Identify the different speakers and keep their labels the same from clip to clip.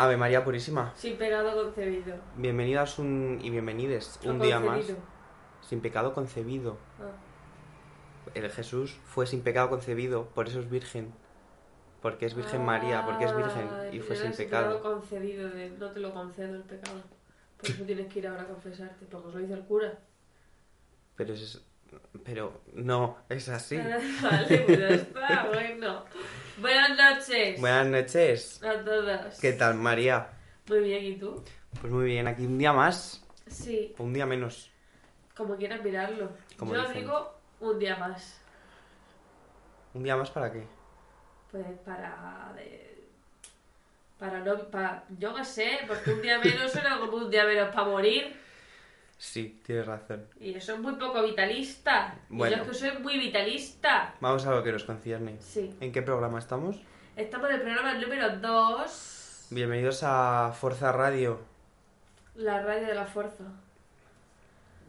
Speaker 1: Ave María Purísima.
Speaker 2: Sin pecado concebido.
Speaker 1: Bienvenidas un, y bienvenides
Speaker 2: O
Speaker 1: un día más.
Speaker 2: concebido.
Speaker 1: Sin pecado concebido.
Speaker 2: Ah.
Speaker 1: El Jesús fue sin pecado concebido, por eso es virgen. Porque es Virgen María, porque es virgen
Speaker 2: Ah,
Speaker 1: y fue
Speaker 2: era
Speaker 1: sin
Speaker 2: ese
Speaker 1: pecado.
Speaker 2: concedido de no te lo concedo el pecado. Por eso tienes que ir ahora a confesarte, porque os lo dice el cura.
Speaker 1: Pero es. Pero no, es así.
Speaker 2: vale, pues ya está, bueno. Buenas noches
Speaker 1: Buenas noches.
Speaker 2: a todas.
Speaker 1: ¿Qué tal, María?
Speaker 2: Muy bien, ¿y tú?
Speaker 1: Pues muy bien, aquí un día más,
Speaker 2: Sí,
Speaker 1: un día menos.
Speaker 2: como quieras mirarlo.
Speaker 1: Como
Speaker 2: Yo
Speaker 1: dicen.
Speaker 2: digo un día más.
Speaker 1: ¿Un día más para qué?
Speaker 2: Pues para... de- Para no... Para, yo qué sé, porque un día menos suena como un día menos para morir.
Speaker 1: Sí, tienes razón.
Speaker 2: Y eso es muy poco vitalista.
Speaker 1: Bueno.
Speaker 2: Y yo es que soy muy vitalista.
Speaker 1: Vamos a lo que nos concierne.
Speaker 2: Sí.
Speaker 1: ¿En qué programa estamos?
Speaker 2: Estamos en el programa número 2,
Speaker 1: Bienvenidos a Forza Radio.
Speaker 2: la radio de la fuerza.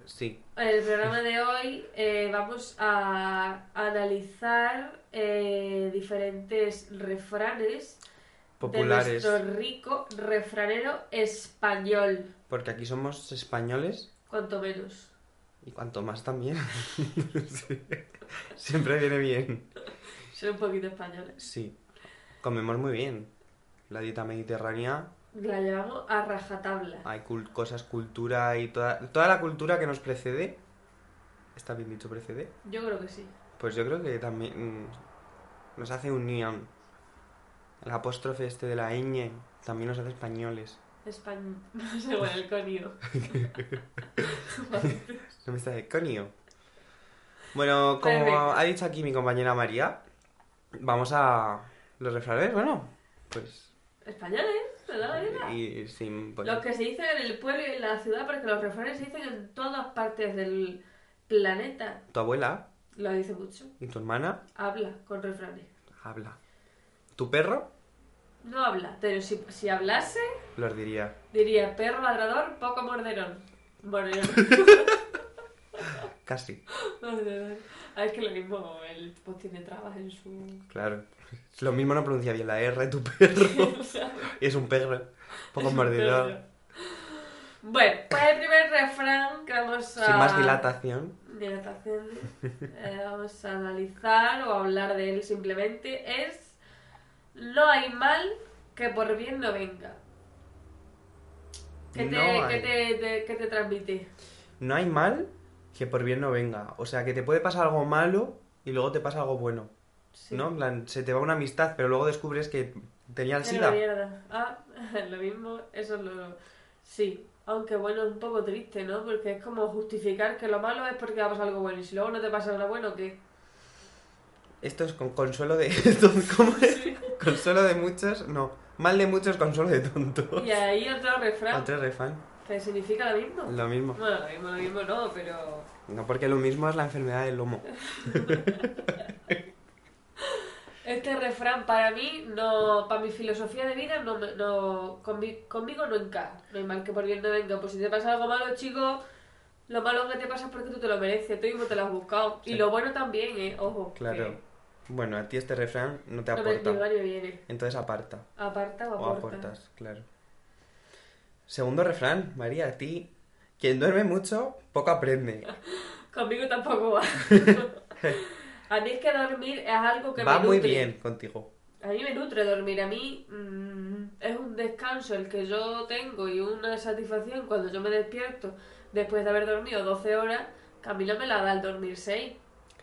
Speaker 1: Sí,
Speaker 2: En el programa de hoy eh, vamos a analizar eh, diferentes refranes
Speaker 1: populares.
Speaker 2: de nuestro rico refranero español,
Speaker 1: Porque aquí somos españoles
Speaker 2: cuanto menos.
Speaker 1: y cuanto más también. Sí. Siempre viene bien.
Speaker 2: Soy un poquito españoles.
Speaker 1: Sí. Comemos muy bien. La dieta mediterránea,
Speaker 2: La llevamos a rajatabla.
Speaker 1: hay cul- cosas, cultura y toda, toda la cultura que nos precede. ¿Está bien dicho precede?
Speaker 2: Yo creo que sí.
Speaker 1: Pues yo creo que también mm, nos hace un neón. El apóstrofe este de la ñ también nos hace españoles.
Speaker 2: Español. No sé, bueno, el conio.
Speaker 1: No me estás de conio. Bueno, como
Speaker 2: Perfecto.
Speaker 1: ha dicho aquí mi compañera María, vamos a los refranes, bueno, pues...
Speaker 2: Españoles, ¿verdad? Elena?
Speaker 1: Y sin... pues,
Speaker 2: Los que se dicen en el pueblo y en la ciudad, porque los refranes se dicen en todas partes del planeta.
Speaker 1: Tu abuela
Speaker 2: Lo dice mucho.
Speaker 1: y tu hermana
Speaker 2: Habla con refranes.
Speaker 1: habla. Tu perro
Speaker 2: No habla, pero si, si hablase,
Speaker 1: los diría.
Speaker 2: diría perro ladrador, poco morderón. Morderón.
Speaker 1: Casi,
Speaker 2: morderón. Ah, es que lo mismo, el pues tiene trabas en su.
Speaker 1: claro. Lo mismo no pronuncia bien la R, tu perro. y es un perro. Poco mordidor.
Speaker 2: Bueno, pues el primer refrán que vamos a.
Speaker 1: Sin más dilatación.
Speaker 2: dilatación, eh, vamos a analizar o a hablar de él simplemente, es no hay mal que por bien no venga. ¿Qué te,
Speaker 1: No hay.
Speaker 2: qué te- te- qué te transmite?
Speaker 1: No hay mal que por bien no venga. O sea, que te puede pasar algo malo y luego te pasa algo bueno.
Speaker 2: Sí.
Speaker 1: ¿No? En plan, se te va una amistad, pero luego descubres que tenían
Speaker 2: Es la
Speaker 1: sida.
Speaker 2: mierda. Ah, lo mismo, eso es lo... Sí, aunque bueno, es un poco triste, ¿no? Porque es como justificar que lo malo es porque va a pasar algo bueno y si luego no te pasa nada bueno, ¿qué?
Speaker 1: Esto es con consuelo de. esto es como- consuelo de muchos. No. Mal de muchos, consuelo de tontos.
Speaker 2: Y ahí otro refrán
Speaker 1: Otro refán.
Speaker 2: que significa lo mismo.
Speaker 1: Lo mismo.
Speaker 2: Bueno, lo mismo, lo mismo no, pero...
Speaker 1: No, porque lo mismo es la enfermedad del lomo.
Speaker 2: Este refrán para mí, no, para mi filosofía de vida, no, me- no conmi- conmigo no encaja. No hay mal que por bien no venga. Pues si te pasa algo malo, chico, lo malo que te pasa es porque tú te lo mereces, tú mismo te lo has buscado. Y
Speaker 1: Sí.
Speaker 2: lo bueno también, ¿eh? Ojo.
Speaker 1: Claro.
Speaker 2: que
Speaker 1: Bueno, a ti este refrán no te
Speaker 2: No me ni va
Speaker 1: aporta.
Speaker 2: ni viene.
Speaker 1: Entonces aparta.
Speaker 2: Aparta o
Speaker 1: O
Speaker 2: aporta.
Speaker 1: aportas, claro. Segundo refrán, María, a ti. Quien duerme mucho, poco aprende.
Speaker 2: Conmigo tampoco va. a mí es que dormir es algo que
Speaker 1: Va
Speaker 2: me
Speaker 1: muy
Speaker 2: nutre.
Speaker 1: bien contigo.
Speaker 2: A mí me nutre dormir, a mí mm, es un descanso el que yo tengo y una satisfacción cuando yo me despierto después de haber dormido 12 horas, que a mí no me la da el dormir 6.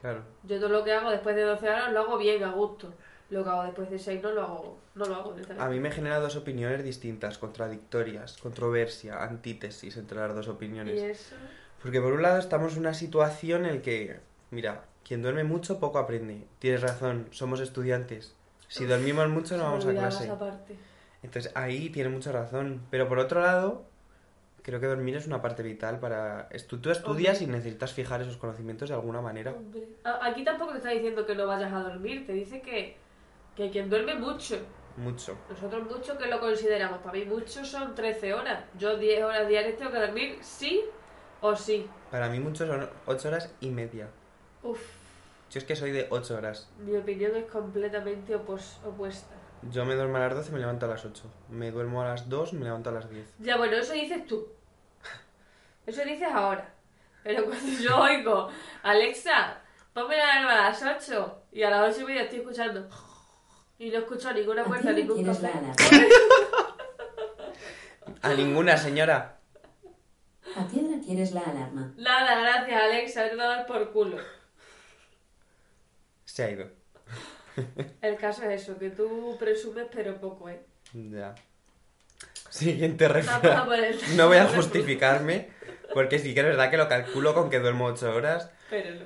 Speaker 1: Claro.
Speaker 2: Yo todo lo que hago después de 12 horas lo hago bien, a gusto. Lo que hago después de 6 no lo hago, no lo hago
Speaker 1: A
Speaker 2: directamente.
Speaker 1: mí me genera dos opiniones distintas, contradictorias, controversia, antítesis entre las dos
Speaker 2: Y
Speaker 1: opiniones.
Speaker 2: eso,
Speaker 1: Porque por un lado estamos en una situación en la que, mira, quien duerme mucho poco aprende. Tienes razón, somos estudiantes. Si dormimos mucho no
Speaker 2: se me
Speaker 1: vamos a
Speaker 2: olvidaba
Speaker 1: clase.
Speaker 2: esa parte.
Speaker 1: Entonces ahí tiene mucha razón. Pero por otro lado, creo que dormir es una parte vital para... estu- Tú estudias y necesitas fijar esos conocimientos de alguna manera.
Speaker 2: Hombre, a- Aquí tampoco te está diciendo que no vayas a dormir, te dice que, que quien duerme mucho.
Speaker 1: Mucho.
Speaker 2: Nosotros mucho que lo consideramos, para mí mucho son 13 horas. Yo 10 horas diarias tengo que dormir sí o sí.
Speaker 1: Para mí mucho son 8 horas y media.
Speaker 2: Uf,
Speaker 1: Yo es que soy de 8 horas.
Speaker 2: mi opinión es completamente opos- opuesta.
Speaker 1: Yo me duermo a las 12 y me levanto a las 8. Me duermo a las 2 y me levanto a las 10.
Speaker 2: Ya, bueno, eso dices tú. Eso dices ahora. Pero cuando yo oigo, Alexa, ponme la alarma a las 8 y a las 8 y media estoy escuchando. Y no escucho ninguna
Speaker 3: ¿A
Speaker 2: puerta,
Speaker 3: ti no
Speaker 2: ningún
Speaker 3: tienes la
Speaker 2: café.
Speaker 3: alarma?
Speaker 1: A ninguna señora.
Speaker 3: ¿A ti no quieres la alarma?
Speaker 2: Nada, gracias, Alexa, no dar por culo.
Speaker 1: Se ha ido.
Speaker 2: El caso es eso, que tú presumes, pero poco, ¿eh?
Speaker 1: Ya. Siguiente
Speaker 2: Vamos a
Speaker 1: refrán.
Speaker 2: por el-
Speaker 1: No voy a justificarme, porque sí que es verdad que lo calculo con que duermo 8 horas.
Speaker 2: Pero no.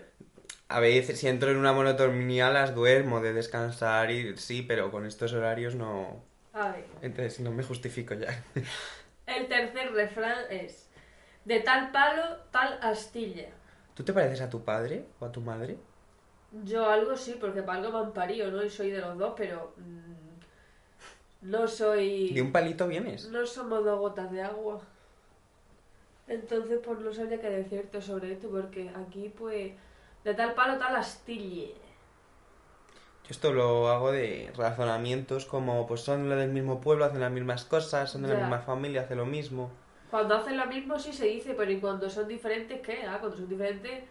Speaker 1: A veces si entro en una monotonía las duermo de descansar y sí, pero con estos horarios no...
Speaker 2: A ver.
Speaker 1: Entonces no me justifico ya.
Speaker 2: El tercer refrán es: De tal palo, tal astilla.
Speaker 1: ¿Tú te pareces a tu padre o a tu madre?
Speaker 2: Yo algo sí, porque para algo me han parido, ¿no? Y soy de los dos, pero. mm, no soy.
Speaker 1: De un palito vienes.
Speaker 2: No somos dos gotas de agua. Entonces, pues no sabría qué decirte sobre esto, porque aquí, pues. De tal palo, tal astilla.
Speaker 1: Yo esto lo hago de razonamientos como pues son lo del mismo pueblo, hacen las mismas cosas, son de la
Speaker 2: Ya.
Speaker 1: misma familia, hacen lo mismo.
Speaker 2: Cuando hacen lo mismo, sí se dice, pero ¿y cuando son diferentes, qué? Ah, cuando son diferentes,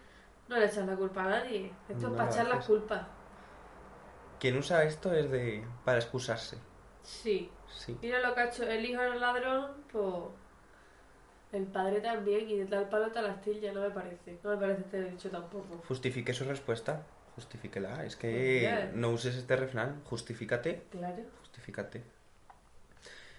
Speaker 2: no le echas la culpa a nadie.
Speaker 1: No,
Speaker 2: Esto es para echar las
Speaker 1: pues-
Speaker 2: culpas.
Speaker 1: Quien usa esto es de... para excusarse.
Speaker 2: Sí.
Speaker 1: Sí.
Speaker 2: Mira lo que ha hecho el hijo del ladrón, pues el padre también, y de tal palo tal astilla, no me parece. No me parece este dicho tampoco.
Speaker 1: Justifique su respuesta. Justifíquela. Es
Speaker 2: Pues
Speaker 1: que
Speaker 2: Ya.
Speaker 1: no uses este refrán. Justifícate.
Speaker 2: Claro.
Speaker 1: Justifícate.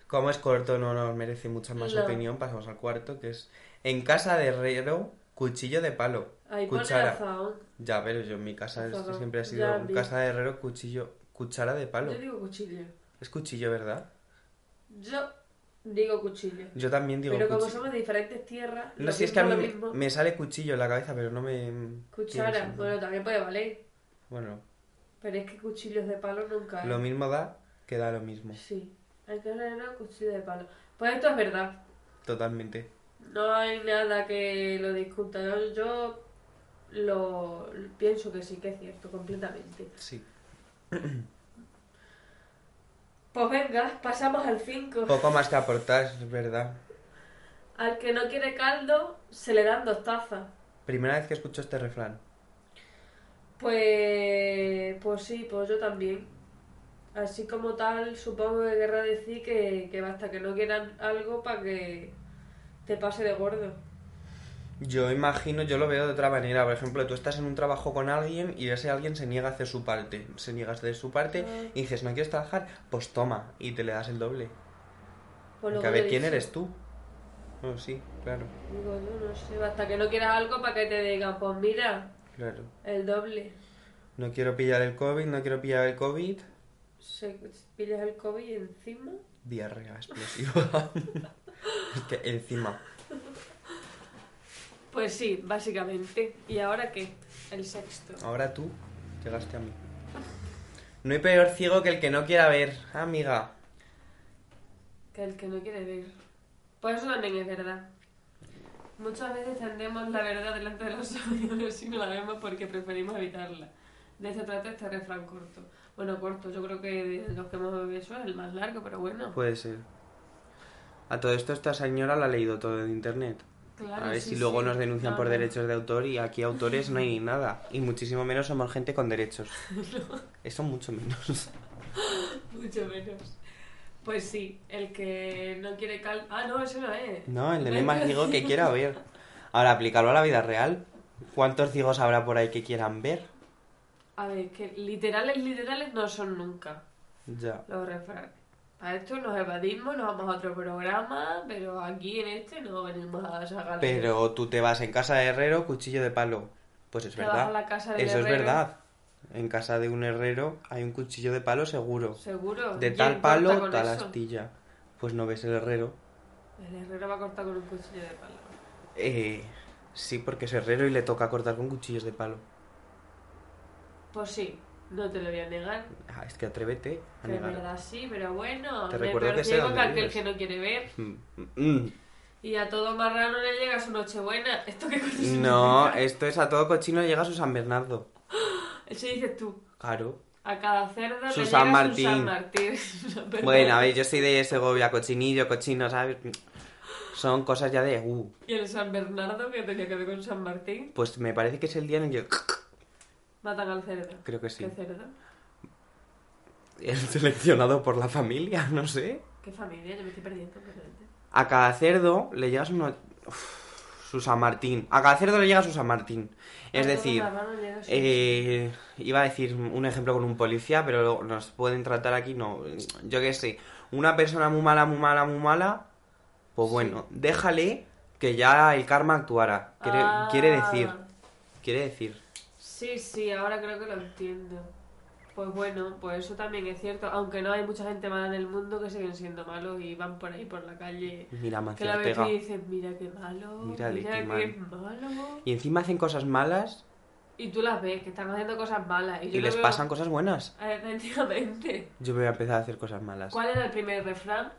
Speaker 1: Como es corto, no nos merece mucha más
Speaker 2: No.
Speaker 1: opinión. Pasamos al cuarto, que es... En casa de herrero, cuchillo de palo.
Speaker 2: Ahí
Speaker 1: cuchara.
Speaker 2: pone razón.
Speaker 1: Ya, pero yo en mi casa es-
Speaker 2: Azahón.
Speaker 1: siempre ha
Speaker 2: Ya,
Speaker 1: sido
Speaker 2: vi.
Speaker 1: casa de herrero, cuchillo... Cuchara de palo.
Speaker 2: Yo digo cuchillo.
Speaker 1: Es cuchillo, ¿verdad?
Speaker 2: Yo digo cuchillo.
Speaker 1: Yo también digo
Speaker 2: pero como
Speaker 1: cuchillo.
Speaker 2: somos de diferentes tierras,
Speaker 1: No
Speaker 2: lo
Speaker 1: sé, si es
Speaker 2: mismo,
Speaker 1: que a mí
Speaker 2: lo
Speaker 1: me-
Speaker 2: mismo.
Speaker 1: me sale cuchillo en la cabeza, pero no me...
Speaker 2: Cuchara, pues.
Speaker 1: tiene sentido.
Speaker 2: bueno, también puede valer.
Speaker 1: Bueno,
Speaker 2: Pero es que cuchillos de palo nunca. ¿eh? hay.
Speaker 1: lo mismo da que da lo mismo.
Speaker 2: Sí. Hay que hacer un cuchillo de palo. Pues esto es verdad.
Speaker 1: Totalmente.
Speaker 2: No hay nada que lo discuta. Yo, yo lo pienso que sí que es cierto, completamente.
Speaker 1: Sí.
Speaker 2: Pues venga, pasamos al 5.
Speaker 1: Poco más que aportar, es verdad.
Speaker 2: Al que no quiere caldo, se le dan dos tazas.
Speaker 1: Primera vez que escucho este refrán.
Speaker 2: Pues, pues sí, pues yo también. Así como tal, supongo que querrá decir que, que basta que no quieran algo para que te pase de gordo.
Speaker 1: Yo imagino, yo lo veo de otra manera. Por ejemplo, tú estás en un trabajo con alguien y ese alguien se niega a hacer su parte. Se niega a hacer su parte
Speaker 2: Ah.
Speaker 1: y dices, no quieres trabajar, pues toma, y te le das el doble.
Speaker 2: Por Pues lo
Speaker 1: Porque a ver,
Speaker 2: yo
Speaker 1: ¿quién
Speaker 2: dije.
Speaker 1: eres tú? Bueno, sí, claro,
Speaker 2: Digo, yo no sé, basta que no quieras algo para que te digan, pues mira,
Speaker 1: claro.
Speaker 2: el doble.
Speaker 1: No quiero pillar el COVID, no quiero pillar el COVID.
Speaker 2: se pillas el COVID y encima.
Speaker 1: Diarrea explosiva. es que encima.
Speaker 2: Pues sí, básicamente. ¿Y ahora qué? El sexto.
Speaker 1: Ahora tú llegaste a mí. No hay peor ciego que el que no quiera ver, amiga.
Speaker 2: Que el que no quiere ver. Pues eso también es verdad. Muchas veces tendemos la verdad delante de los oídos y no la vemos porque preferimos evitarla. De eso trata este refrán corto. Bueno, corto, yo creo que de los que hemos hecho es el más largo, pero bueno.
Speaker 1: Puede ser. A todo esto esta señora la ha leído todo en internet.
Speaker 2: Claro,
Speaker 1: a ver
Speaker 2: sí,
Speaker 1: si luego
Speaker 2: sí.
Speaker 1: nos denuncian
Speaker 2: No,
Speaker 1: por
Speaker 2: no.
Speaker 1: derechos de autor y aquí autores no hay nada. Y muchísimo menos somos gente con derechos. Eso mucho menos.
Speaker 2: Mucho menos. Pues sí, el que no quiere cal... Ah, no, eso no es.
Speaker 1: No, el
Speaker 2: Me
Speaker 1: de
Speaker 2: ha
Speaker 1: lema es
Speaker 2: ido-
Speaker 1: ciego que quiera ver. Ahora, aplicarlo a la vida real. ¿Cuántos ciegos habrá por ahí que quieran ver?
Speaker 2: A ver, que literales, literales no son nunca
Speaker 1: Ya.
Speaker 2: los refranes. Para esto nos evadimos, nos vamos a otro programa, pero aquí en este no venimos a sacar.
Speaker 1: Pero tú te vas en casa de herrero, cuchillo de palo. Pues es
Speaker 2: Te vas a
Speaker 1: verdad.
Speaker 2: la casa del
Speaker 1: Eso es
Speaker 2: herrero.
Speaker 1: verdad. En casa de un herrero hay un cuchillo de palo seguro.
Speaker 2: Seguro.
Speaker 1: De
Speaker 2: ¿Y él
Speaker 1: tal
Speaker 2: corta
Speaker 1: palo,
Speaker 2: con
Speaker 1: tal
Speaker 2: eso?
Speaker 1: astilla. Pues no ves el herrero.
Speaker 2: El herrero va a cortar con un cuchillo de palo.
Speaker 1: Eh, sí, porque es herrero y le toca cortar con cuchillos de palo.
Speaker 2: Pues sí, no te lo voy a negar.
Speaker 1: Ah, es que atrévete a
Speaker 2: Que es
Speaker 1: negar.
Speaker 2: verdad sí, pero bueno.
Speaker 1: Te
Speaker 2: no hay
Speaker 1: recuerdo
Speaker 2: peor
Speaker 1: que sé
Speaker 2: ciego
Speaker 1: dónde
Speaker 2: que aquel
Speaker 1: vives.
Speaker 2: que no quiere ver.
Speaker 1: Mm, mm,
Speaker 2: Y a todo marrano le llega su nochebuena. ¿Esto qué cosa
Speaker 1: mm. No,
Speaker 2: significa?
Speaker 1: esto es a todo cochino llega su San Bernardo.
Speaker 2: Eso dices tú.
Speaker 1: Claro.
Speaker 2: A cada cerdo
Speaker 1: Su
Speaker 2: le
Speaker 1: San
Speaker 2: llega su
Speaker 1: Martín.
Speaker 2: San Martín. No, perdón.
Speaker 1: Bueno, a ver, yo soy de Segovia, cochinillo, cochino, ¿sabes? Son cosas ya de... Uh,
Speaker 2: ¿Y el San Bernardo que tenía que ver con San Martín?
Speaker 1: pues me parece que es el día en el que...
Speaker 2: Matan al cerdo.
Speaker 1: Creo que sí.
Speaker 2: ¿Qué cerdo?
Speaker 1: El seleccionado por la familia, no sé.
Speaker 2: ¿Qué familia? Yo me estoy perdiendo completamente.
Speaker 1: A cada cerdo le llega su... no- Uf, su San Martín. A cada cerdo le llega su San Martín. Es
Speaker 2: A todo
Speaker 1: decir...
Speaker 2: marrano le llega su-
Speaker 1: Eh, iba a decir un ejemplo con un policía, pero lo- nos pueden tratar aquí, no. Yo qué sé, una persona muy mala, muy mala, muy mala, pues bueno, déjale que ya el karma actuará. Quiere,
Speaker 2: Ah.
Speaker 1: quiere decir, quiere decir.
Speaker 2: Sí, sí, ahora creo que lo entiendo. Pues bueno, pues eso también es cierto. Aunque no hay mucha gente mala en el mundo que siguen siendo malos y van por ahí por la calle.
Speaker 1: Mira,
Speaker 2: Que
Speaker 1: Mancia
Speaker 2: la ves
Speaker 1: Ortega.
Speaker 2: y dices, mira qué malo, mira,
Speaker 1: Mírale, qué
Speaker 2: qué,
Speaker 1: mal".
Speaker 2: malo.
Speaker 1: Y encima hacen cosas malas
Speaker 2: Y tú las ves, que están haciendo cosas malas. Y,
Speaker 1: y
Speaker 2: yo lo
Speaker 1: les
Speaker 2: veo-
Speaker 1: pasan cosas buenas.
Speaker 2: Ah, Efectivamente.
Speaker 1: Yo voy a empezar a hacer cosas malas.
Speaker 2: ¿Cuál era el primer refrán?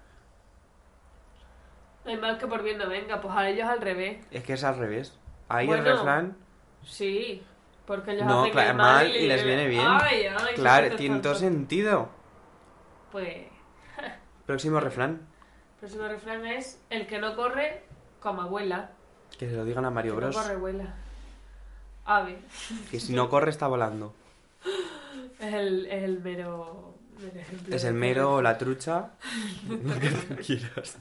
Speaker 2: No hay mal que por bien no venga, pues a ellos al revés.
Speaker 1: Es que es al revés. Ahí el
Speaker 2: Bueno,
Speaker 1: refrán.
Speaker 2: Sí, porque ellos
Speaker 1: No,
Speaker 2: hacen
Speaker 1: claro,
Speaker 2: el
Speaker 1: mal
Speaker 2: mal
Speaker 1: y les viene bien.
Speaker 2: Ay, ay, son
Speaker 1: Claro,
Speaker 2: estos
Speaker 1: tiene todo
Speaker 2: tontos.
Speaker 1: sentido.
Speaker 2: Pues,
Speaker 1: Próximo refrán.
Speaker 2: el próximo refrán es: el que no corre, como abuela.
Speaker 1: Que se lo digan a Mario
Speaker 2: El que no
Speaker 1: Bros.
Speaker 2: corre, abuela. Ave.
Speaker 1: Que si no corre está volando.
Speaker 2: Es el, es el mero. mero ejemplo
Speaker 1: Es
Speaker 2: de
Speaker 1: el
Speaker 2: que-
Speaker 1: mero o la trucha. Lo que tú quieras.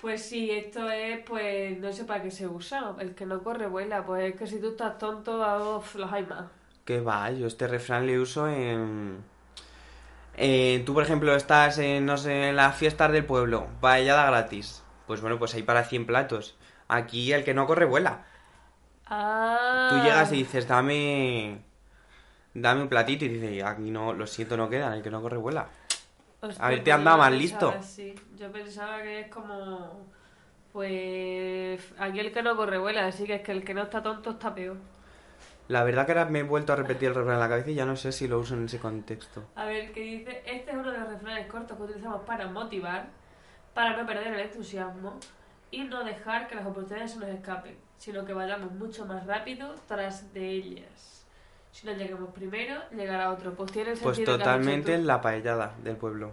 Speaker 2: Pues sí, esto es, pues, no sé para qué se usa. El que no corre vuela, pues es que si tú estás tonto, ah, uf, los hay más.
Speaker 1: Que va, yo este refrán le uso en. Eh, tú, por ejemplo, estás en, no sé, en las fiestas del pueblo, paellada gratis. Pues bueno, pues hay para 100 platos. Aquí el que no corre vuela.
Speaker 2: Ah.
Speaker 1: Tú llegas y dices, dame. Dame un platito y dices, aquí no, lo siento, no quedan, el que no corre vuela.
Speaker 2: Hostia,
Speaker 1: haberte
Speaker 2: pues yo
Speaker 1: andado
Speaker 2: no
Speaker 1: más
Speaker 2: pensaba
Speaker 1: listo.
Speaker 2: así. Yo pensaba que es como. Pues. Aquí el que no corre vuela, así que es que el que no está tonto está peor.
Speaker 1: La verdad que ahora me he vuelto a repetir el refrán en la cabeza y ya no sé si lo uso en ese contexto.
Speaker 2: A ver, ¿qué dice? Este es uno de los refranes cortos que utilizamos para motivar, para no perder el entusiasmo y no dejar que las oportunidades se nos escapen, sino que vayamos mucho más rápido tras de ellas. Si no llegamos primero, llegará otro. Pues tiene el
Speaker 1: Pues
Speaker 2: sentido que has dicho
Speaker 1: totalmente
Speaker 2: tú.
Speaker 1: la paellada del pueblo.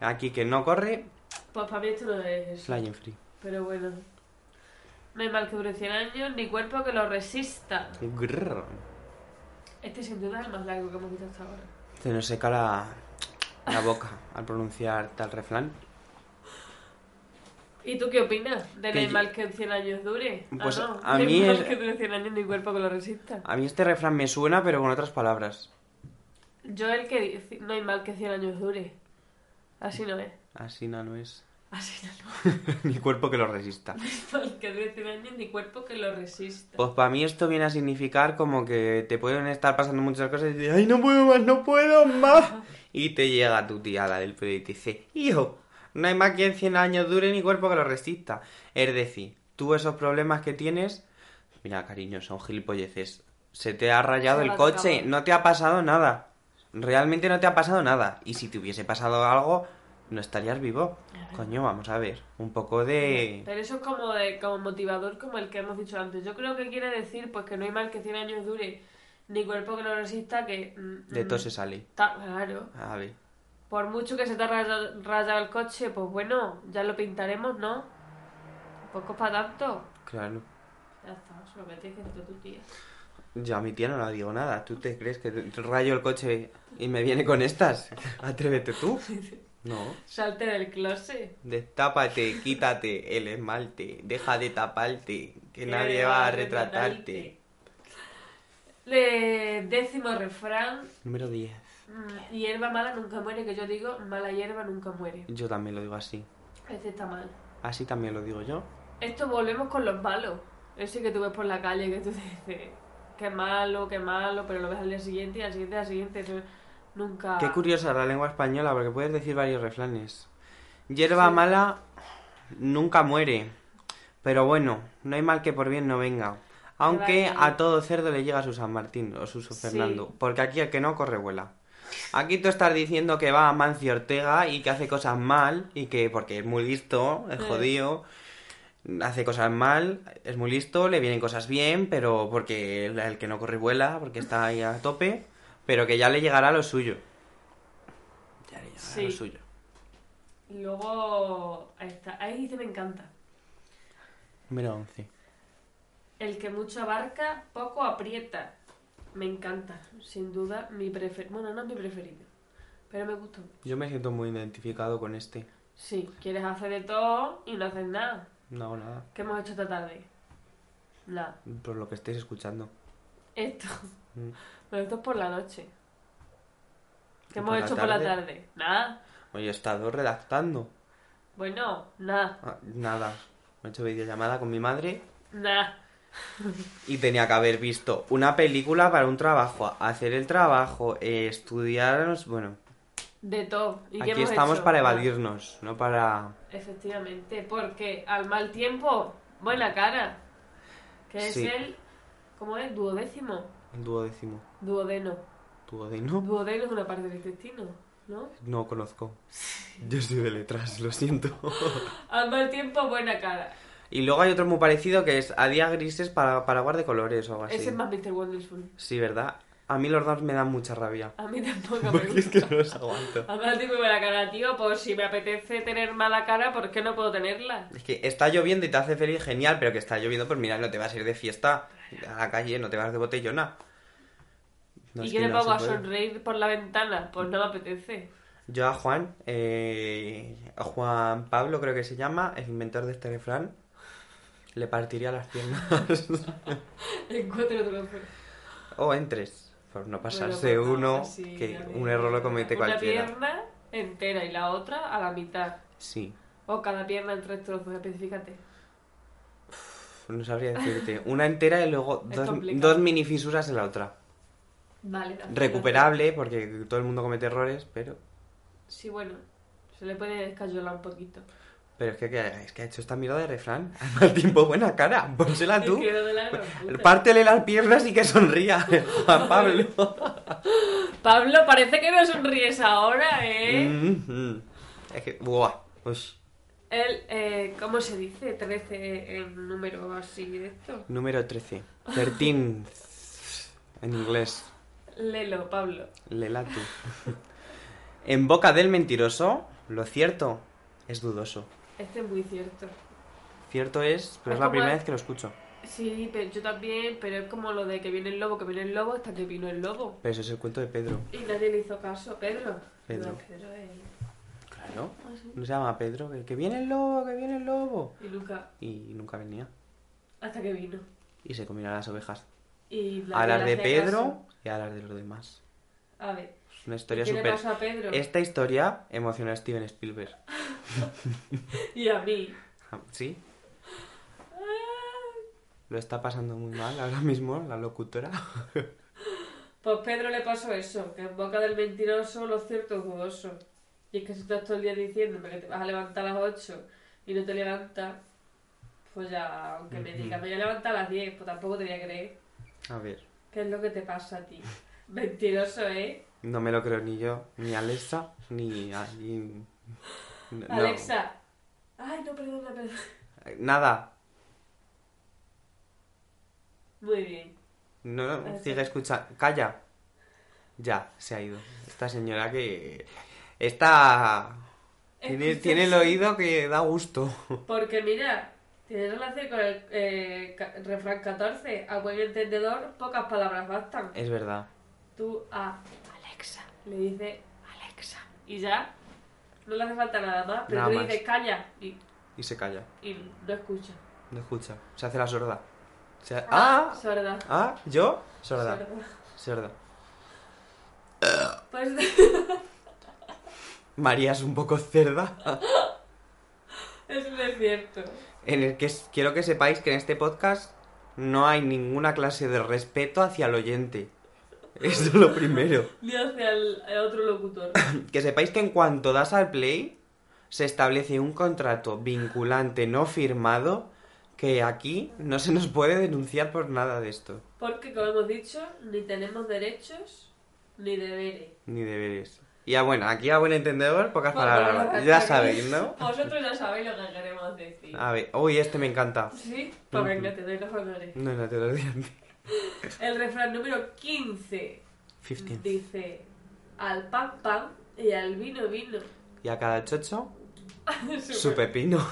Speaker 1: Aquí que no corre,
Speaker 2: Pues para mí esto no es eso.
Speaker 1: flying free.
Speaker 2: Pero bueno. No hay mal que dure 100 años, ni cuerpo que lo resista.
Speaker 1: Grrr.
Speaker 2: Este sin duda es el más largo que hemos visto hasta ahora.
Speaker 1: Se nos seca la, la boca al pronunciar tal refrán.
Speaker 2: ¿Y tú qué opinas de
Speaker 1: Que
Speaker 2: no hay
Speaker 1: yo-
Speaker 2: mal que 100 años dure? Ah,
Speaker 1: Pues
Speaker 2: no.
Speaker 1: a
Speaker 2: No hay
Speaker 1: mí
Speaker 2: mal
Speaker 1: es-
Speaker 2: que dure 100 años ni cuerpo que lo resista.
Speaker 1: A mí este refrán me suena, pero con otras palabras.
Speaker 2: Yo el que dice no hay mal que 100 años dure. Así no es.
Speaker 1: Así no, no es.
Speaker 2: Así no,
Speaker 1: Ni cuerpo que lo resista.
Speaker 2: no. Mal que dure 100 años ni cuerpo que lo resista.
Speaker 1: Pues para mí esto viene a significar como que te pueden estar pasando muchas cosas y dices, ¡ay, no puedo más, no puedo más! Y te llega tu tía, la del periódico, y te dice, ¡hijo! No hay más que en 100 años dure ni cuerpo que lo resista. Es decir, tú esos problemas que tienes, mira, cariño, son gilipolleces. Se te ha rayado
Speaker 2: Se
Speaker 1: el
Speaker 2: lo
Speaker 1: coche,
Speaker 2: acabo.
Speaker 1: no te ha pasado nada. Realmente no te ha pasado nada. Y si te hubiese pasado algo, no estarías vivo. Coño, vamos a ver. Un poco de...
Speaker 2: Pero eso es como, de, como motivador, como el que hemos dicho antes. Yo creo que quiere decir pues que no hay mal que 100 años dure ni cuerpo que lo resista, que... mm,
Speaker 1: De
Speaker 2: mm,
Speaker 1: todo se sale.
Speaker 2: ta- Claro.
Speaker 1: A ver.
Speaker 2: Por mucho que se te ha raya- rayado el coche, pues bueno, ya lo pintaremos, ¿no? Tampoco es para tanto.
Speaker 1: Claro.
Speaker 2: Ya está, eso es lo que tienes que decir tú, tía.
Speaker 1: Yo a mi tía no le digo nada. ¿Tú te crees que te- rayo el coche y me viene con estas? Atrévete tú. No.
Speaker 2: Salte del closet.
Speaker 1: Destápate, quítate el esmalte, deja de taparte, que nadie va a retratarte.
Speaker 2: Le- décimo refrán.
Speaker 1: Número 10.
Speaker 2: mm, Hierba mala nunca muere, que yo digo, mala hierba nunca muere.
Speaker 1: Yo también lo digo así.
Speaker 2: Este está mal.
Speaker 1: Así también lo digo yo.
Speaker 2: Esto volvemos con los malos. Ese que tú ves por la calle que tú dices, qué malo, qué malo, pero lo ves al día siguiente y al siguiente, al siguiente. eso nunca.
Speaker 1: Qué curiosa la lengua española, porque puedes decir varios refranes. Hierba
Speaker 2: Sí.
Speaker 1: mala nunca muere. Pero bueno, no hay mal que por bien no venga. Aunque
Speaker 2: Vale.
Speaker 1: a todo cerdo le llega su San Martín o su San
Speaker 2: Sí.
Speaker 1: Fernando. Porque aquí el que no corre vuela. Aquí tú estás diciendo que va a Mancio Ortega y que hace cosas mal y que porque es muy listo, es
Speaker 2: Eh.
Speaker 1: jodido, hace cosas mal, es muy listo, le vienen cosas bien, pero porque el, el que no corre vuela, porque está ahí a tope, pero que ya le llegará lo suyo. Ya le llegará
Speaker 2: Sí.
Speaker 1: lo suyo.
Speaker 2: Y Luego, ahí está. Ahí dice: Me encanta.
Speaker 1: Número 11.
Speaker 2: El que mucho abarca, poco aprieta. Me encanta. Sin duda, mi preferido. Bueno, no es mi preferido. Pero me gustó.
Speaker 1: Yo me siento muy identificado con este.
Speaker 2: Sí, quieres hacer de todo y no haces nada.
Speaker 1: No hago nada,
Speaker 2: ¿Qué hemos hecho esta tarde? Nada.
Speaker 1: por lo que estéis escuchando.
Speaker 2: Esto.
Speaker 1: Mm.
Speaker 2: Pero esto es por la noche.
Speaker 1: ¿Y
Speaker 2: ¿Qué hemos
Speaker 1: por la
Speaker 2: hecho por la
Speaker 1: tarde?
Speaker 2: tarde? Nada.
Speaker 1: Oye, he estado redactando.
Speaker 2: Bueno, nada.
Speaker 1: Ah, nada. Me he hecho videollamada con mi madre
Speaker 2: Nada.
Speaker 1: Y tenía que haber visto una película para un trabajo, hacer el trabajo, eh, estudiar, bueno,
Speaker 2: De todo. ¿Y qué
Speaker 1: aquí
Speaker 2: hemos
Speaker 1: estamos
Speaker 2: hecho?
Speaker 1: para
Speaker 2: Nada.
Speaker 1: evadirnos, no para...
Speaker 2: Efectivamente, porque al mal tiempo, buena cara. Que es
Speaker 1: Sí.
Speaker 2: el. ¿Cómo es? Duodécimo.
Speaker 1: Duodécimo.
Speaker 2: Duodeno.
Speaker 1: ¿Duodeno?
Speaker 2: Duodeno es una parte del intestino, ¿no?
Speaker 1: No conozco. Yo soy de letras, lo siento.
Speaker 2: Al mal tiempo, buena cara.
Speaker 1: y luego hay otro muy parecido que es a día grises para paraguas de colores o algo así.
Speaker 2: Ese es más Mr. Wonderful.
Speaker 1: Sí, ¿verdad? A mí los dos me dan mucha rabia.
Speaker 2: A mí tampoco me
Speaker 1: Porque
Speaker 2: gusta.
Speaker 1: es que no los aguanto.
Speaker 2: Al mal tiempo, y buena cara, tío. Pues si me apetece tener mala cara, ¿por qué no puedo tenerla?
Speaker 1: Es que está lloviendo y te hace feliz, genial, pero que está lloviendo, pues mira, no te vas a ir de fiesta a la calle, no te vas de botellona. No,
Speaker 2: ¿Y
Speaker 1: es
Speaker 2: qué
Speaker 1: que
Speaker 2: me
Speaker 1: no
Speaker 2: pongo
Speaker 1: se
Speaker 2: a
Speaker 1: puede.
Speaker 2: sonreír por la ventana? Pues no me apetece.
Speaker 1: Yo a Juan, eh, a Juan Pablo creo que se llama, el inventor de este refrán, le partiría las piernas.
Speaker 2: En cuatro trozos.
Speaker 1: o en tres, por no pasarse
Speaker 2: Bueno, pues,
Speaker 1: uno,
Speaker 2: no, sí,
Speaker 1: que
Speaker 2: a ver.
Speaker 1: un error lo comete cualquiera.
Speaker 2: Una pierna entera y la otra a la mitad.
Speaker 1: Sí,
Speaker 2: O cada pierna en tres trozos, específicate.
Speaker 1: Pues no sabría decirte. Una entera y luego
Speaker 2: Es
Speaker 1: dos,
Speaker 2: complicado.
Speaker 1: dos mini fisuras en la otra.
Speaker 2: Vale. gracias.
Speaker 1: Recuperable, porque todo el mundo comete errores, pero...
Speaker 2: Sí, bueno. Se le puede descayolar un poquito.
Speaker 1: Pero es que, que- es que ha hecho esta mirada de refrán. Al mal tiempo, buena cara, pónsela Ah, tú.
Speaker 2: Me quedo de la gran puta.
Speaker 1: Pártele las piernas y que sonría, Juan Pablo.
Speaker 2: Pablo, parece que no sonríes ahora, ¿eh?
Speaker 1: Mm, mm. Es que, buah, pues, ush.
Speaker 2: El, eh, ¿cómo se dice? 13 en número así de esto.
Speaker 1: Número 13. 13. en inglés.
Speaker 2: Lelo, Pablo.
Speaker 1: Lela tú. En boca del mentiroso, lo cierto es dudoso.
Speaker 2: Este es muy cierto.
Speaker 1: Cierto es, pero
Speaker 2: Es
Speaker 1: es la
Speaker 2: como
Speaker 1: primera
Speaker 2: el-
Speaker 1: vez que lo escucho.
Speaker 2: Sí, pero yo también, pero es como lo de que viene el lobo, que viene el lobo, hasta que vino el lobo.
Speaker 1: Pero eso es el cuento de Pedro.
Speaker 2: Y nadie le hizo caso. Pedro.
Speaker 1: Pedro.
Speaker 2: No, Pedro eh.
Speaker 1: Claro.
Speaker 2: Ah, sí.
Speaker 1: No se llama Pedro, que, que viene el lobo, que viene el lobo.
Speaker 2: Y Luca,
Speaker 1: Y nunca venía.
Speaker 2: hasta que vino.
Speaker 1: Y se comieron las ovejas.
Speaker 2: Y nadie
Speaker 1: A las
Speaker 2: le
Speaker 1: de
Speaker 2: hacía
Speaker 1: Pedro
Speaker 2: caso.
Speaker 1: y a las de los demás.
Speaker 2: A ver.
Speaker 1: Es una
Speaker 2: ¿Qué
Speaker 1: historia
Speaker 2: le
Speaker 1: súper...
Speaker 2: pasó a Pedro?
Speaker 1: Esta historia emocionó a Steven Spielberg.
Speaker 2: Y a mí.
Speaker 1: ¿Sí?
Speaker 2: Ah,
Speaker 1: Lo está pasando muy mal ahora mismo la locutora.
Speaker 2: Pues Pedro le pasó eso, que en boca del mentiroso lo cierto es dudoso. Y es que si estás todo el día diciéndome que te vas a levantar a las 8 y no te levantas, pues ya, aunque me digas, me voy a levantar a las 10, pues tampoco te voy a creer.
Speaker 1: A ver,
Speaker 2: ¿Qué es lo que te pasa a ti? Mentiroso, ¿eh?
Speaker 1: no me lo creo ni yo, ni Alexa, ni... a- ni- no.
Speaker 2: Alexa. Ay, no, perdona, perdona.
Speaker 1: Nada.
Speaker 2: Muy bien.
Speaker 1: No, no,
Speaker 2: Alexa.
Speaker 1: sigue escuchando. Calla. Ya, se ha ido. Esta señora que... Está... Tiene,
Speaker 2: Escuchas.
Speaker 1: tiene el oído que da gusto.
Speaker 2: Porque mira, tiene relación con el eh, ca- refrán 14. A buen entendedor, pocas palabras bastan.
Speaker 1: Es verdad.
Speaker 2: Tú a Alexa le dices Alexa. Y ya, no le hace falta nada más. Pero
Speaker 1: Nada
Speaker 2: tú le
Speaker 1: más.
Speaker 2: dices calla y,
Speaker 1: Y se calla.
Speaker 2: y no escucha.
Speaker 1: No escucha. Se hace la sorda. Se ha- ¡Ah!
Speaker 2: Sorda.
Speaker 1: ¿Ah? ¿Yo? Sorda.
Speaker 2: Sorda.
Speaker 1: Sorda.
Speaker 2: Pues
Speaker 1: María es un poco cerda.
Speaker 2: eso no es cierto.
Speaker 1: En el que s- quiero que sepáis que en este podcast no hay ninguna clase de respeto hacia el oyente. Eso es lo primero.
Speaker 2: Ni hacia el, el otro locutor.
Speaker 1: Que sepáis que en cuanto das al play, se establece un contrato vinculante no firmado que aquí no se nos puede denunciar por nada de esto.
Speaker 2: Porque, como hemos dicho, ni tenemos derechos ni deberes.
Speaker 1: Ni deberes. Y ya bueno, aquí a buen entendedor, pocas
Speaker 2: Bueno,
Speaker 1: palabras.
Speaker 2: pero
Speaker 1: Ya
Speaker 2: que-
Speaker 1: sabéis, ¿no?
Speaker 2: Vosotros ya sabéis lo que queremos decir.
Speaker 1: A ver, uy, este me encanta.
Speaker 2: Sí, pues venga, te doy los honores.
Speaker 1: No, no te lo digo.
Speaker 2: El refrán número 15
Speaker 1: 15.
Speaker 2: dice: Al pan pan y al vino vino.
Speaker 1: Y a cada chocho, su
Speaker 2: Súper.
Speaker 1: pepino.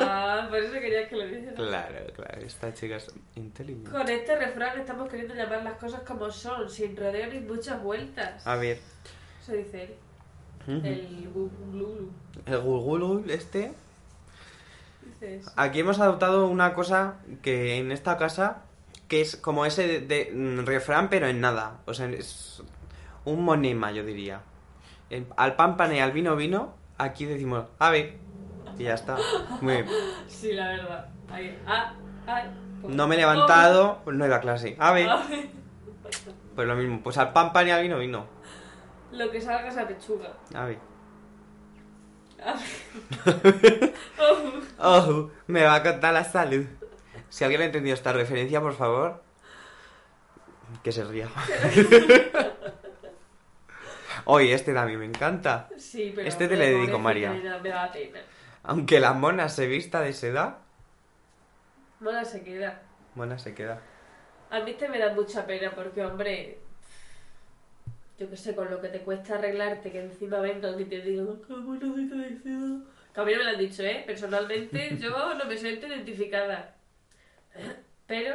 Speaker 2: Ah, por eso quería que lo dijeras.
Speaker 1: claro, claro, esta chica es inteligente.
Speaker 2: Con este refrán estamos queriendo llamar las cosas como son, sin rodeos ni muchas vueltas.
Speaker 1: A ver,
Speaker 2: Eso dice él.
Speaker 1: Ah. Ujú.
Speaker 2: El gululu.
Speaker 1: el gulgulul este.
Speaker 2: Dices.
Speaker 1: Aquí hemos adoptado una cosa que en esta casa, que es como ese de, de, mm, refrán, pero en nada. O sea, es un monema, yo diría. En- al pan pan y al vino vino, aquí decimos, a ver, y ya está. Muy bien.
Speaker 2: Sí, la verdad. Ahí. Ah, ay. pues-
Speaker 1: No me he levantado, eh. pues no he ido a clase. A ver,
Speaker 2: Ah, ay.
Speaker 1: pues lo mismo, pues al pan pan y al vino vino.
Speaker 2: Lo que salga es la pechuga.
Speaker 1: A ver.
Speaker 2: Oh.
Speaker 1: Oh, me va a contar la salud. Si alguien ha entendido esta referencia, por favor, que se ría. Hoy este también me encanta.
Speaker 2: Sí, pero
Speaker 1: Este te le dedico, María.
Speaker 2: pobrecita, Me da, me da pena.
Speaker 1: Aunque la mona se vista de seda,
Speaker 2: Mona se queda.
Speaker 1: mona se queda.
Speaker 2: A mí este me da mucha pena porque, hombre, yo qué sé, con lo que te cuesta arreglarte, que encima vengan y te digan, qué bueno que te decido. Que a mí no me lo han dicho, ¿eh? Personalmente yo no me siento identificada. Pero...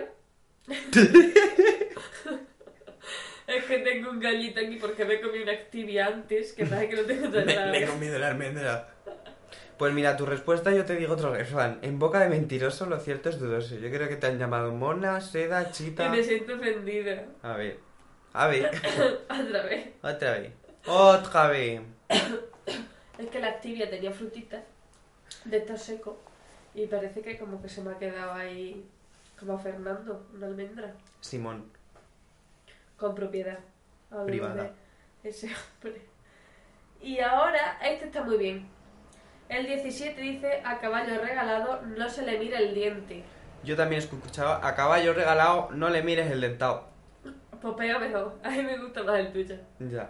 Speaker 2: es que tengo un gallito aquí porque me comí una activia antes, que pasa que no tengo tan claro.
Speaker 1: comido la almendra. Pues mira, tu respuesta yo te digo otro refrán. En boca de mentiroso lo cierto es dudoso. Yo creo que te han llamado mona, seda,
Speaker 2: Y
Speaker 1: chita.
Speaker 2: me siento ofendida.
Speaker 1: A ver, a ver,
Speaker 2: Otra vez.
Speaker 1: otra vez. Otra vez.
Speaker 2: Es que la activia tenía frutitas de estos secos y parece que como que se me ha quedado ahí como a Fernando, una almendra,
Speaker 1: Simón.
Speaker 2: con propiedad. Hablo
Speaker 1: Privada.
Speaker 2: de Ese hombre. Y ahora, este está muy bien. El 17 dice, a caballo regalado no se le mira el diente.
Speaker 1: Yo también escuchaba a caballo regalado, no le mires el dentado.
Speaker 2: Pues pega mejor, a mí me gusta más el tuyo.
Speaker 1: Ya.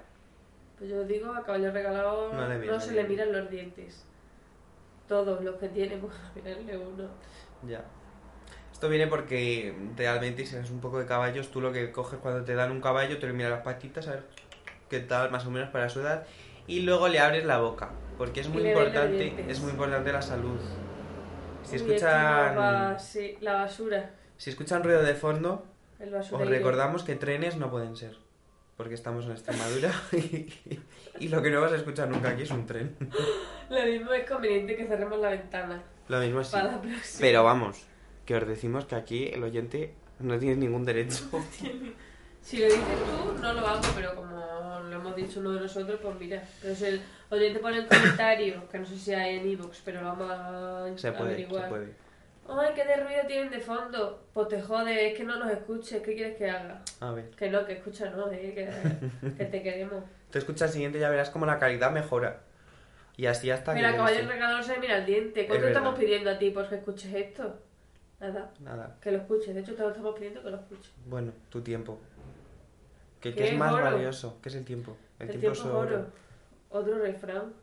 Speaker 2: Pues yo digo, a caballo regalado
Speaker 1: No
Speaker 2: no,
Speaker 1: le mira el
Speaker 2: se le
Speaker 1: diente.
Speaker 2: miran los dientes. Todos los que tienen, pues a mirarle uno.
Speaker 1: Ya. Esto viene porque realmente si eres un poco de caballos, tú lo que coges cuando te dan un caballo, te le miras las patitas, a ver qué tal, más o menos para su edad, y luego le abres la boca, porque es
Speaker 2: Y
Speaker 1: muy
Speaker 2: le ves los
Speaker 1: importante,
Speaker 2: dientes.
Speaker 1: es muy importante la salud. Si
Speaker 2: Uy, encima
Speaker 1: escuchan,
Speaker 2: va- sí, la basura.
Speaker 1: si escuchan ruido de fondo,
Speaker 2: El basura.
Speaker 1: os recordamos que trenes no pueden ser, porque estamos en Extremadura y lo que no vas a escuchar nunca aquí es un tren.
Speaker 2: Lo mismo es conveniente que cerremos la ventana
Speaker 1: Lo mismo así.
Speaker 2: para la próxima.
Speaker 1: Pero vamos, que os decimos que aquí el oyente no tiene ningún derecho.
Speaker 2: Si lo dices tú, no lo hago, pero como lo hemos dicho uno de nosotros, pues mira. Pero si el oyente pone en comentario, que no sé si hay en Evox, pero lo vamos a
Speaker 1: Se puede, se
Speaker 2: averiguar.
Speaker 1: puede.
Speaker 2: Ay, qué de ruido tienen de fondo. Pues te jode, es que no nos escuches, ¿qué quieres que haga?
Speaker 1: A ver.
Speaker 2: Que no, que escúchanos, eh, que, que te queremos.
Speaker 1: Tú escucha el siguiente y ya verás cómo la calidad mejora. Y así hasta
Speaker 2: Mira,
Speaker 1: que-
Speaker 2: caballero regalado no se mira el diente. ¿Cuánto
Speaker 1: verdad.
Speaker 2: estamos pidiendo a ti por que escuches esto? Nada.
Speaker 1: Nada.
Speaker 2: Que lo escuches, de hecho te lo estamos pidiendo que lo escuches.
Speaker 1: Bueno, tu tiempo. Que,
Speaker 2: ¿Qué
Speaker 1: que es
Speaker 2: es
Speaker 1: más
Speaker 2: oro?
Speaker 1: valioso. ¿Qué es el tiempo?
Speaker 2: El, tiempo es oro. Otro refrán.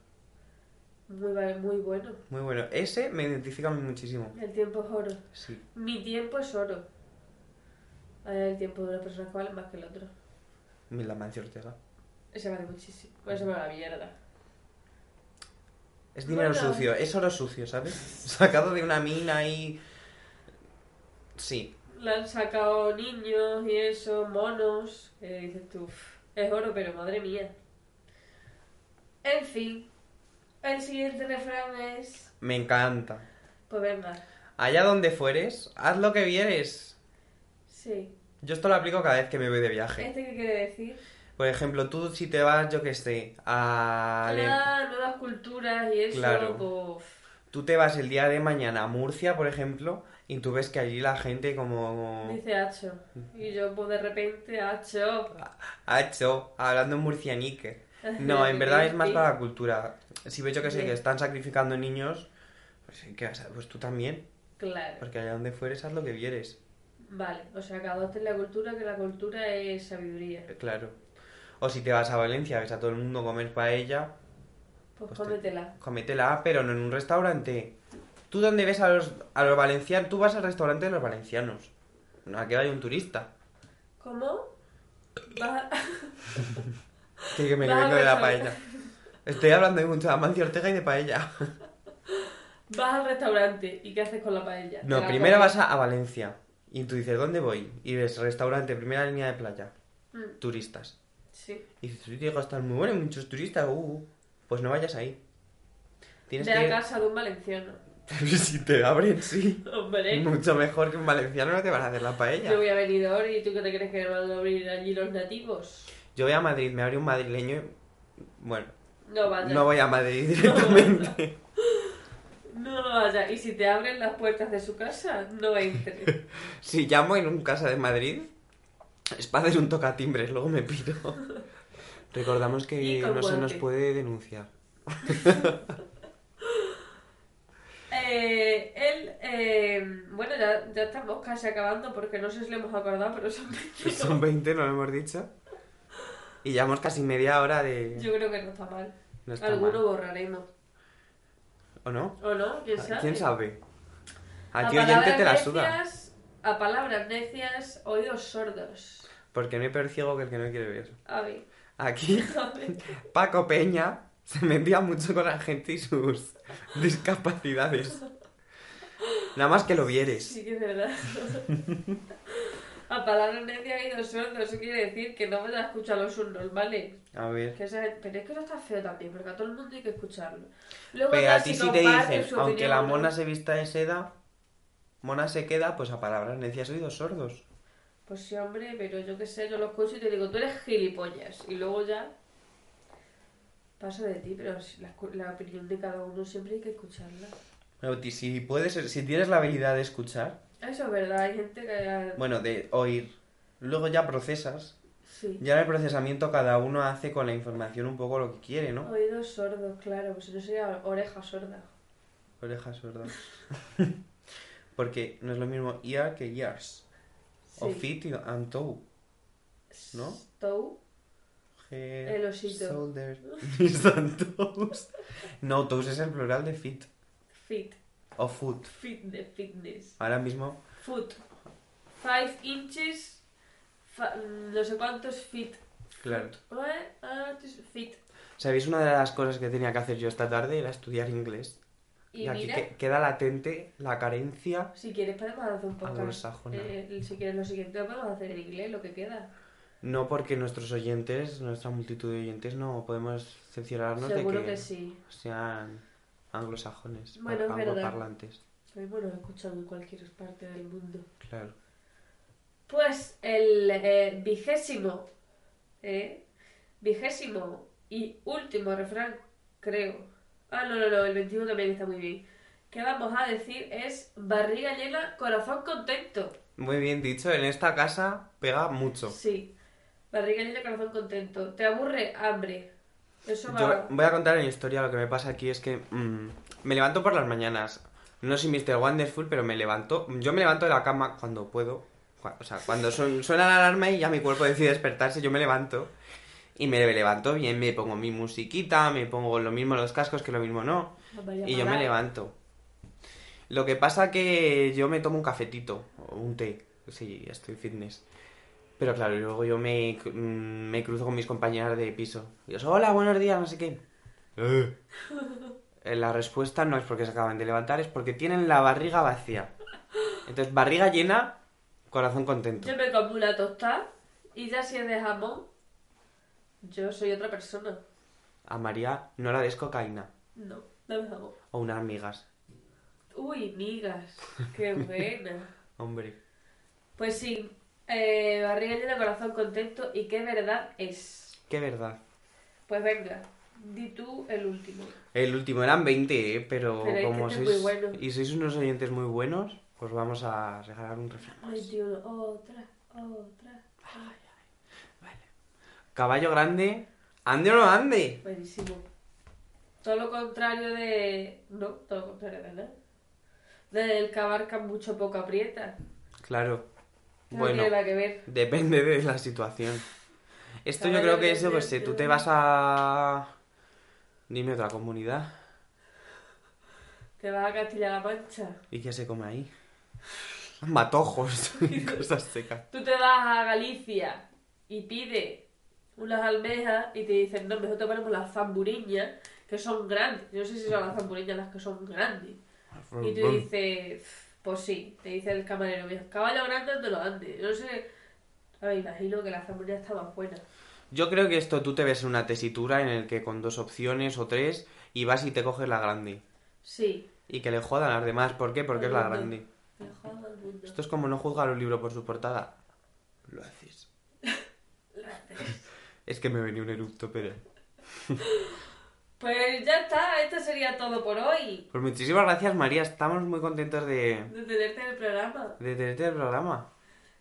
Speaker 2: Muy, va- muy bueno.
Speaker 1: Muy bueno. Ese me identifica a mí muchísimo.
Speaker 2: El tiempo es oro.
Speaker 1: Sí.
Speaker 2: Mi tiempo es oro. Hay el tiempo de una persona que vale más que el otro.
Speaker 1: Me la Mancio Ortega.
Speaker 2: Ese vale muchísimo. Bueno, ese vale la mierda.
Speaker 1: Es dinero
Speaker 2: Bueno.
Speaker 1: sucio. Es oro sucio, ¿sabes? Sacado de una mina y... Sí.
Speaker 2: Le han sacado niños y eso, monos. Que dices tú, "Uf, es oro, pero madre mía. En fin. El siguiente refrán es.
Speaker 1: Me encanta.
Speaker 2: Pues venga.
Speaker 1: Allá donde fueres, haz lo que vieres.
Speaker 2: Sí.
Speaker 1: Yo esto lo aplico cada vez que me voy de viaje.
Speaker 2: ¿Este qué quiere decir?
Speaker 1: Por ejemplo, tú si te vas, yo que sé, a... Ale-
Speaker 2: Ah, nuevas culturas y eso,
Speaker 1: Claro.
Speaker 2: pues,
Speaker 1: tú te vas el día de mañana a Murcia, por ejemplo, y tú ves que allí la gente como...
Speaker 2: Dice Hacho. Y yo, pues de repente, Hacho.
Speaker 1: Hacho, hablando en murcianique. No, en verdad es más para la cultura. Si ves yo que sé que están sacrificando niños, pues, ¿qué vas a- pues tú también.
Speaker 2: Claro.
Speaker 1: Porque allá donde fueres, haz lo que vieres.
Speaker 2: Vale, o sea, que adopten la cultura, que la cultura es sabiduría.
Speaker 1: Eh, Claro. O si te vas a Valencia, ves a todo el mundo comer paella,
Speaker 2: Pues
Speaker 1: Pues te-
Speaker 2: cómetela.
Speaker 1: cómetela, pero no en un restaurante. ¿Tú dónde ves a los, a los valencianos? Tú vas al restaurante de los valencianos. No, aquí hay un turista.
Speaker 2: ¿Cómo? Vas a-
Speaker 1: Que, que me
Speaker 2: Vas al
Speaker 1: vengo de la
Speaker 2: restaurante.
Speaker 1: paella. Estoy hablando de mucho de Amancio Ortega y de paella.
Speaker 2: vas al restaurante y ¿qué haces con la paella?
Speaker 1: No,
Speaker 2: ¿Te la
Speaker 1: primero
Speaker 2: comes?
Speaker 1: vas a, a Valencia. Y tú dices, ¿dónde voy? Y ves restaurante, primera línea de playa.
Speaker 2: Mm,
Speaker 1: Turistas.
Speaker 2: sí.
Speaker 1: Y dices, "Uy, Diego, están muy buenos, muchos turistas. uh, uh". Pues no vayas ahí. Tienes
Speaker 2: De
Speaker 1: que
Speaker 2: la
Speaker 1: ir-
Speaker 2: casa de un valenciano.
Speaker 1: si te abren, sí.
Speaker 2: Hombre,
Speaker 1: Mucho mejor que un valenciano no te van a hacer la paella.
Speaker 2: yo voy a venidor y ¿tú qué te crees que van a abrir allí los nativos?
Speaker 1: Yo voy a Madrid, me abre un madrileño y... Bueno,
Speaker 2: No vaya.
Speaker 1: no voy a Madrid directamente.
Speaker 2: No vaya. Y si te abren las puertas de su casa, no entre.
Speaker 1: Si llamo en un casa de Madrid, es para hacer un tocatimbres, luego me pido. Recordamos
Speaker 2: Y
Speaker 1: que
Speaker 2: con
Speaker 1: no se nos
Speaker 2: guante.
Speaker 1: puede denunciar.
Speaker 2: Eh, él, eh, bueno, ya, ya estamos casi acabando porque no sé si lo hemos acordado, pero son
Speaker 1: Pues Son 20, no lo hemos dicho. Y llevamos casi media hora de...
Speaker 2: Yo creo que no está mal.
Speaker 1: No está
Speaker 2: Alguno
Speaker 1: mal.
Speaker 2: borraremos.
Speaker 1: ¿O no? Ah,
Speaker 2: ¿O no? ¿Quién sabe?
Speaker 1: ¿Quién sabe? A ti
Speaker 2: palabras
Speaker 1: oyente te la suda.
Speaker 2: necias- A palabras necias, oídos sordos.
Speaker 1: Porque no hay peor ciego que el que no quiere ver.
Speaker 2: A ver,
Speaker 1: Aquí
Speaker 2: a ver.
Speaker 1: Paco Peña se metía mucho con la gente y sus discapacidades. Nada más que lo vieres.
Speaker 2: Sí que es verdad. a palabras necias, oídos sordos. Eso quiere decir que no me la escuchan los subnormales.
Speaker 1: A ver.
Speaker 2: Que esa- Pero es que no está feo también, porque a todo el mundo hay que escucharlo. Luego
Speaker 1: Pero
Speaker 2: ya,
Speaker 1: a ti
Speaker 2: si
Speaker 1: sí te
Speaker 2: comparten
Speaker 1: dicen,
Speaker 2: su
Speaker 1: aunque
Speaker 2: opinión,
Speaker 1: la
Speaker 2: ¿no?
Speaker 1: mona se vista de seda, mona se queda, pues a palabras necias oídos sordos.
Speaker 2: Pues sí, hombre, pero yo qué sé, yo lo escucho y te digo, tú eres gilipollas. Y luego ya paso de ti, pero si la, escu- la opinión de cada uno siempre hay que escucharla.
Speaker 1: Pero ti- si puedes, si tienes la habilidad de escuchar,
Speaker 2: Ah, Eso es verdad, hay gente que... ah,
Speaker 1: bueno, de oír, luego ya procesas.
Speaker 2: sí.
Speaker 1: Ya en el procesamiento cada uno hace con la información un poco lo que quiere, ¿no?
Speaker 2: Oídos sordos, claro, pues si no sería oreja sorda.
Speaker 1: Orejas sordas. Porque no es lo mismo ear que ears. O
Speaker 2: Sí.
Speaker 1: feet y- and toe. ¿no?
Speaker 2: Tou,
Speaker 1: Head,
Speaker 2: El osito.
Speaker 1: Shoulder. knees and toes. No, toes es el plural de feet.
Speaker 2: fit,
Speaker 1: O foot.
Speaker 2: fit de fitness.
Speaker 1: Ahora mismo.
Speaker 2: Foot. Five inches, fa- no sé cuántos fit.
Speaker 1: Claro.
Speaker 2: Eh, ah, Fit.
Speaker 1: ¿Sabéis una de las cosas que tenía que hacer yo esta tarde? Era estudiar inglés.
Speaker 2: Y,
Speaker 1: aquí
Speaker 2: mira,
Speaker 1: que- queda latente la carencia.
Speaker 2: si quieres podemos hacer un podcast.
Speaker 1: Anglosajona.
Speaker 2: Eh, si quieres lo siguiente lo podemos hacer en inglés, lo que queda.
Speaker 1: No porque nuestros oyentes, nuestra multitud de oyentes, no podemos cerciorarnos de
Speaker 2: Seguro
Speaker 1: que,
Speaker 2: que... sí.
Speaker 1: sean anglosajones, par-
Speaker 2: Bueno, es verdad.
Speaker 1: angloparlantes.
Speaker 2: Pero bueno, lo he escuchado en cualquier parte del mundo.
Speaker 1: Claro.
Speaker 2: Pues el eh, vigésimo, eh, vigésimo y último refrán, creo. Ah, no, no, no, el 21 también está muy bien. Que vamos a decir es barriga llena, corazón contento.
Speaker 1: Muy bien dicho, en esta casa pega mucho.
Speaker 2: Sí, barriga llena, corazón contento. ¿Te aburre? Hambre. Eso
Speaker 1: Yo
Speaker 2: va.
Speaker 1: voy a contar en historia lo que me pasa aquí es que mm, me levanto por las mañanas. No soy Mr. Wonderful, pero me levanto. Yo me levanto de la cama cuando puedo. Cua- O sea, cuando su- suena la alarma y ya mi cuerpo decide despertarse, yo me levanto. Y me levanto bien, me pongo mi musiquita, me pongo lo mismo los cascos que lo mismo no.
Speaker 2: Vaya
Speaker 1: Y yo me
Speaker 2: mala.
Speaker 1: levanto. Lo que pasa que yo me tomo un cafetito o un té. Sí, ya estoy fitness. Pero claro, luego yo me, cru- mm, me cruzo con mis compañeras de piso. Y yo, hola, buenos días, no sé qué. Eh. Eh, La respuesta no es porque se acaban de levantar, es porque tienen la barriga vacía. Entonces, barriga llena, corazón contento.
Speaker 2: Yo me como una tostada y ya si es de jamón, yo soy otra persona.
Speaker 1: A María no la des cocaína
Speaker 2: No, no me jamón.
Speaker 1: o unas migas.
Speaker 2: Uy, migas, qué buena.
Speaker 1: Hombre,
Speaker 2: Pues sí, eh, barriga llena, corazón contento y qué verdad es.
Speaker 1: qué verdad.
Speaker 2: Pues venga, Di tú el último.
Speaker 1: El último eran 20, ¿eh? pero,
Speaker 2: Pero es que
Speaker 1: como
Speaker 2: este es
Speaker 1: sois.
Speaker 2: muy bueno.
Speaker 1: Y sois unos oyentes muy buenos, os vamos a regalar un refrán más.
Speaker 2: 21. Otra, otra. otra.
Speaker 1: Caballo grande, ande o no ande.
Speaker 2: Buenísimo. Todo lo contrario de. No, todo lo contrario de nada. Del que abarca mucho poco aprieta.
Speaker 1: Claro.
Speaker 2: No
Speaker 1: Bueno,
Speaker 2: tiene nada que ver.
Speaker 1: depende de la situación. Esto yo
Speaker 2: Caballo
Speaker 1: creo que es, yo
Speaker 2: grande,
Speaker 1: qué sé, tú te vas a. Dime otra comunidad.
Speaker 2: Te vas a Castilla-La Mancha.
Speaker 1: ¿Y qué se come ahí? Matojos y cosas secas.
Speaker 2: Tú te vas a Galicia y pides unas almejas y te dicen, no, mejor te ponemos las zamburiñas, que son grandes. Yo no sé si son las zamburiñas las que son grandes.
Speaker 1: Pues
Speaker 2: Y tú dices, pues sí, te dice el camarero, "Mira, caballo grande donde lo andes. Yo no sé, a ver, imagino que la zamburiña está más buena.
Speaker 1: Yo creo que esto tú te ves en una tesitura en el que con dos opciones o tres y vas y te coges la grande.
Speaker 2: Sí.
Speaker 1: Y que le jodan a los demás. ¿Por qué? Porque es la
Speaker 2: Al mundo.
Speaker 1: grande.
Speaker 2: Me jodo al mundo.
Speaker 1: Esto es como no juzgar un libro por su portada. Lo haces. Es que me venía un eructo, pero...
Speaker 2: Pues ya está, esto sería todo por hoy.
Speaker 1: Pues muchísimas gracias, María. Estamos muy contentos de,
Speaker 2: De tenerte en el programa.
Speaker 1: de tenerte en el programa.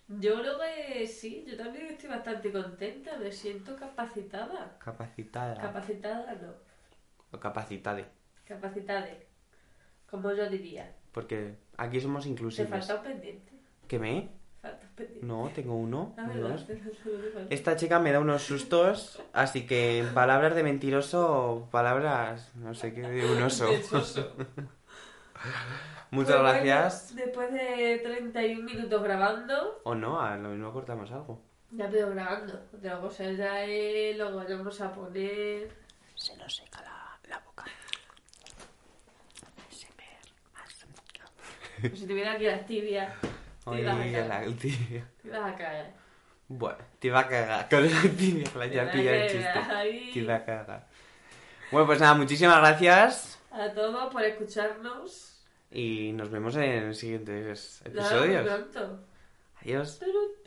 Speaker 2: Yo creo que sí, yo también estoy bastante contenta, me siento capacitada.
Speaker 1: Capacitada.
Speaker 2: Capacitada no,
Speaker 1: o capacitade.
Speaker 2: capacitada, como yo diría.
Speaker 1: Porque aquí somos
Speaker 2: Te
Speaker 1: inclusivos.
Speaker 2: falta un pendiente,
Speaker 1: ¿Qué me?
Speaker 2: falta un pendiente.
Speaker 1: No, tengo uno.
Speaker 2: La
Speaker 1: uno,
Speaker 2: verdad,
Speaker 1: dos.
Speaker 2: te falta un pendiente.
Speaker 1: Esta chica me da unos sustos, así que palabras de mentiroso, palabras, no sé qué, de un oso.
Speaker 2: De soso.
Speaker 1: Muchas
Speaker 2: Pues bueno,
Speaker 1: gracias.
Speaker 2: después de 31 minutos grabando,
Speaker 1: O no, a lo mismo cortamos algo.
Speaker 2: ya veo grabando. Otra cosa ya es, lo vamos a poner.
Speaker 4: Se nos seca la, la boca. Se me
Speaker 2: Como Pues si tuviera aquí las tibias. Te
Speaker 1: Ay,
Speaker 2: ibas a caer.
Speaker 1: la tibia.
Speaker 2: Te ibas a caer.
Speaker 1: Bueno, te iba a cagar con la tibia, la
Speaker 2: Te iba
Speaker 1: ya
Speaker 2: a
Speaker 1: pilla el
Speaker 2: cagar
Speaker 1: chiste.
Speaker 2: ahí.
Speaker 1: Te iba a cagar. Bueno, pues nada, muchísimas gracias
Speaker 2: A todos por escucharnos.
Speaker 1: y nos vemos en siguientes
Speaker 2: Nada, muy
Speaker 1: episodios.
Speaker 2: pronto.
Speaker 1: Adiós.
Speaker 2: Turut.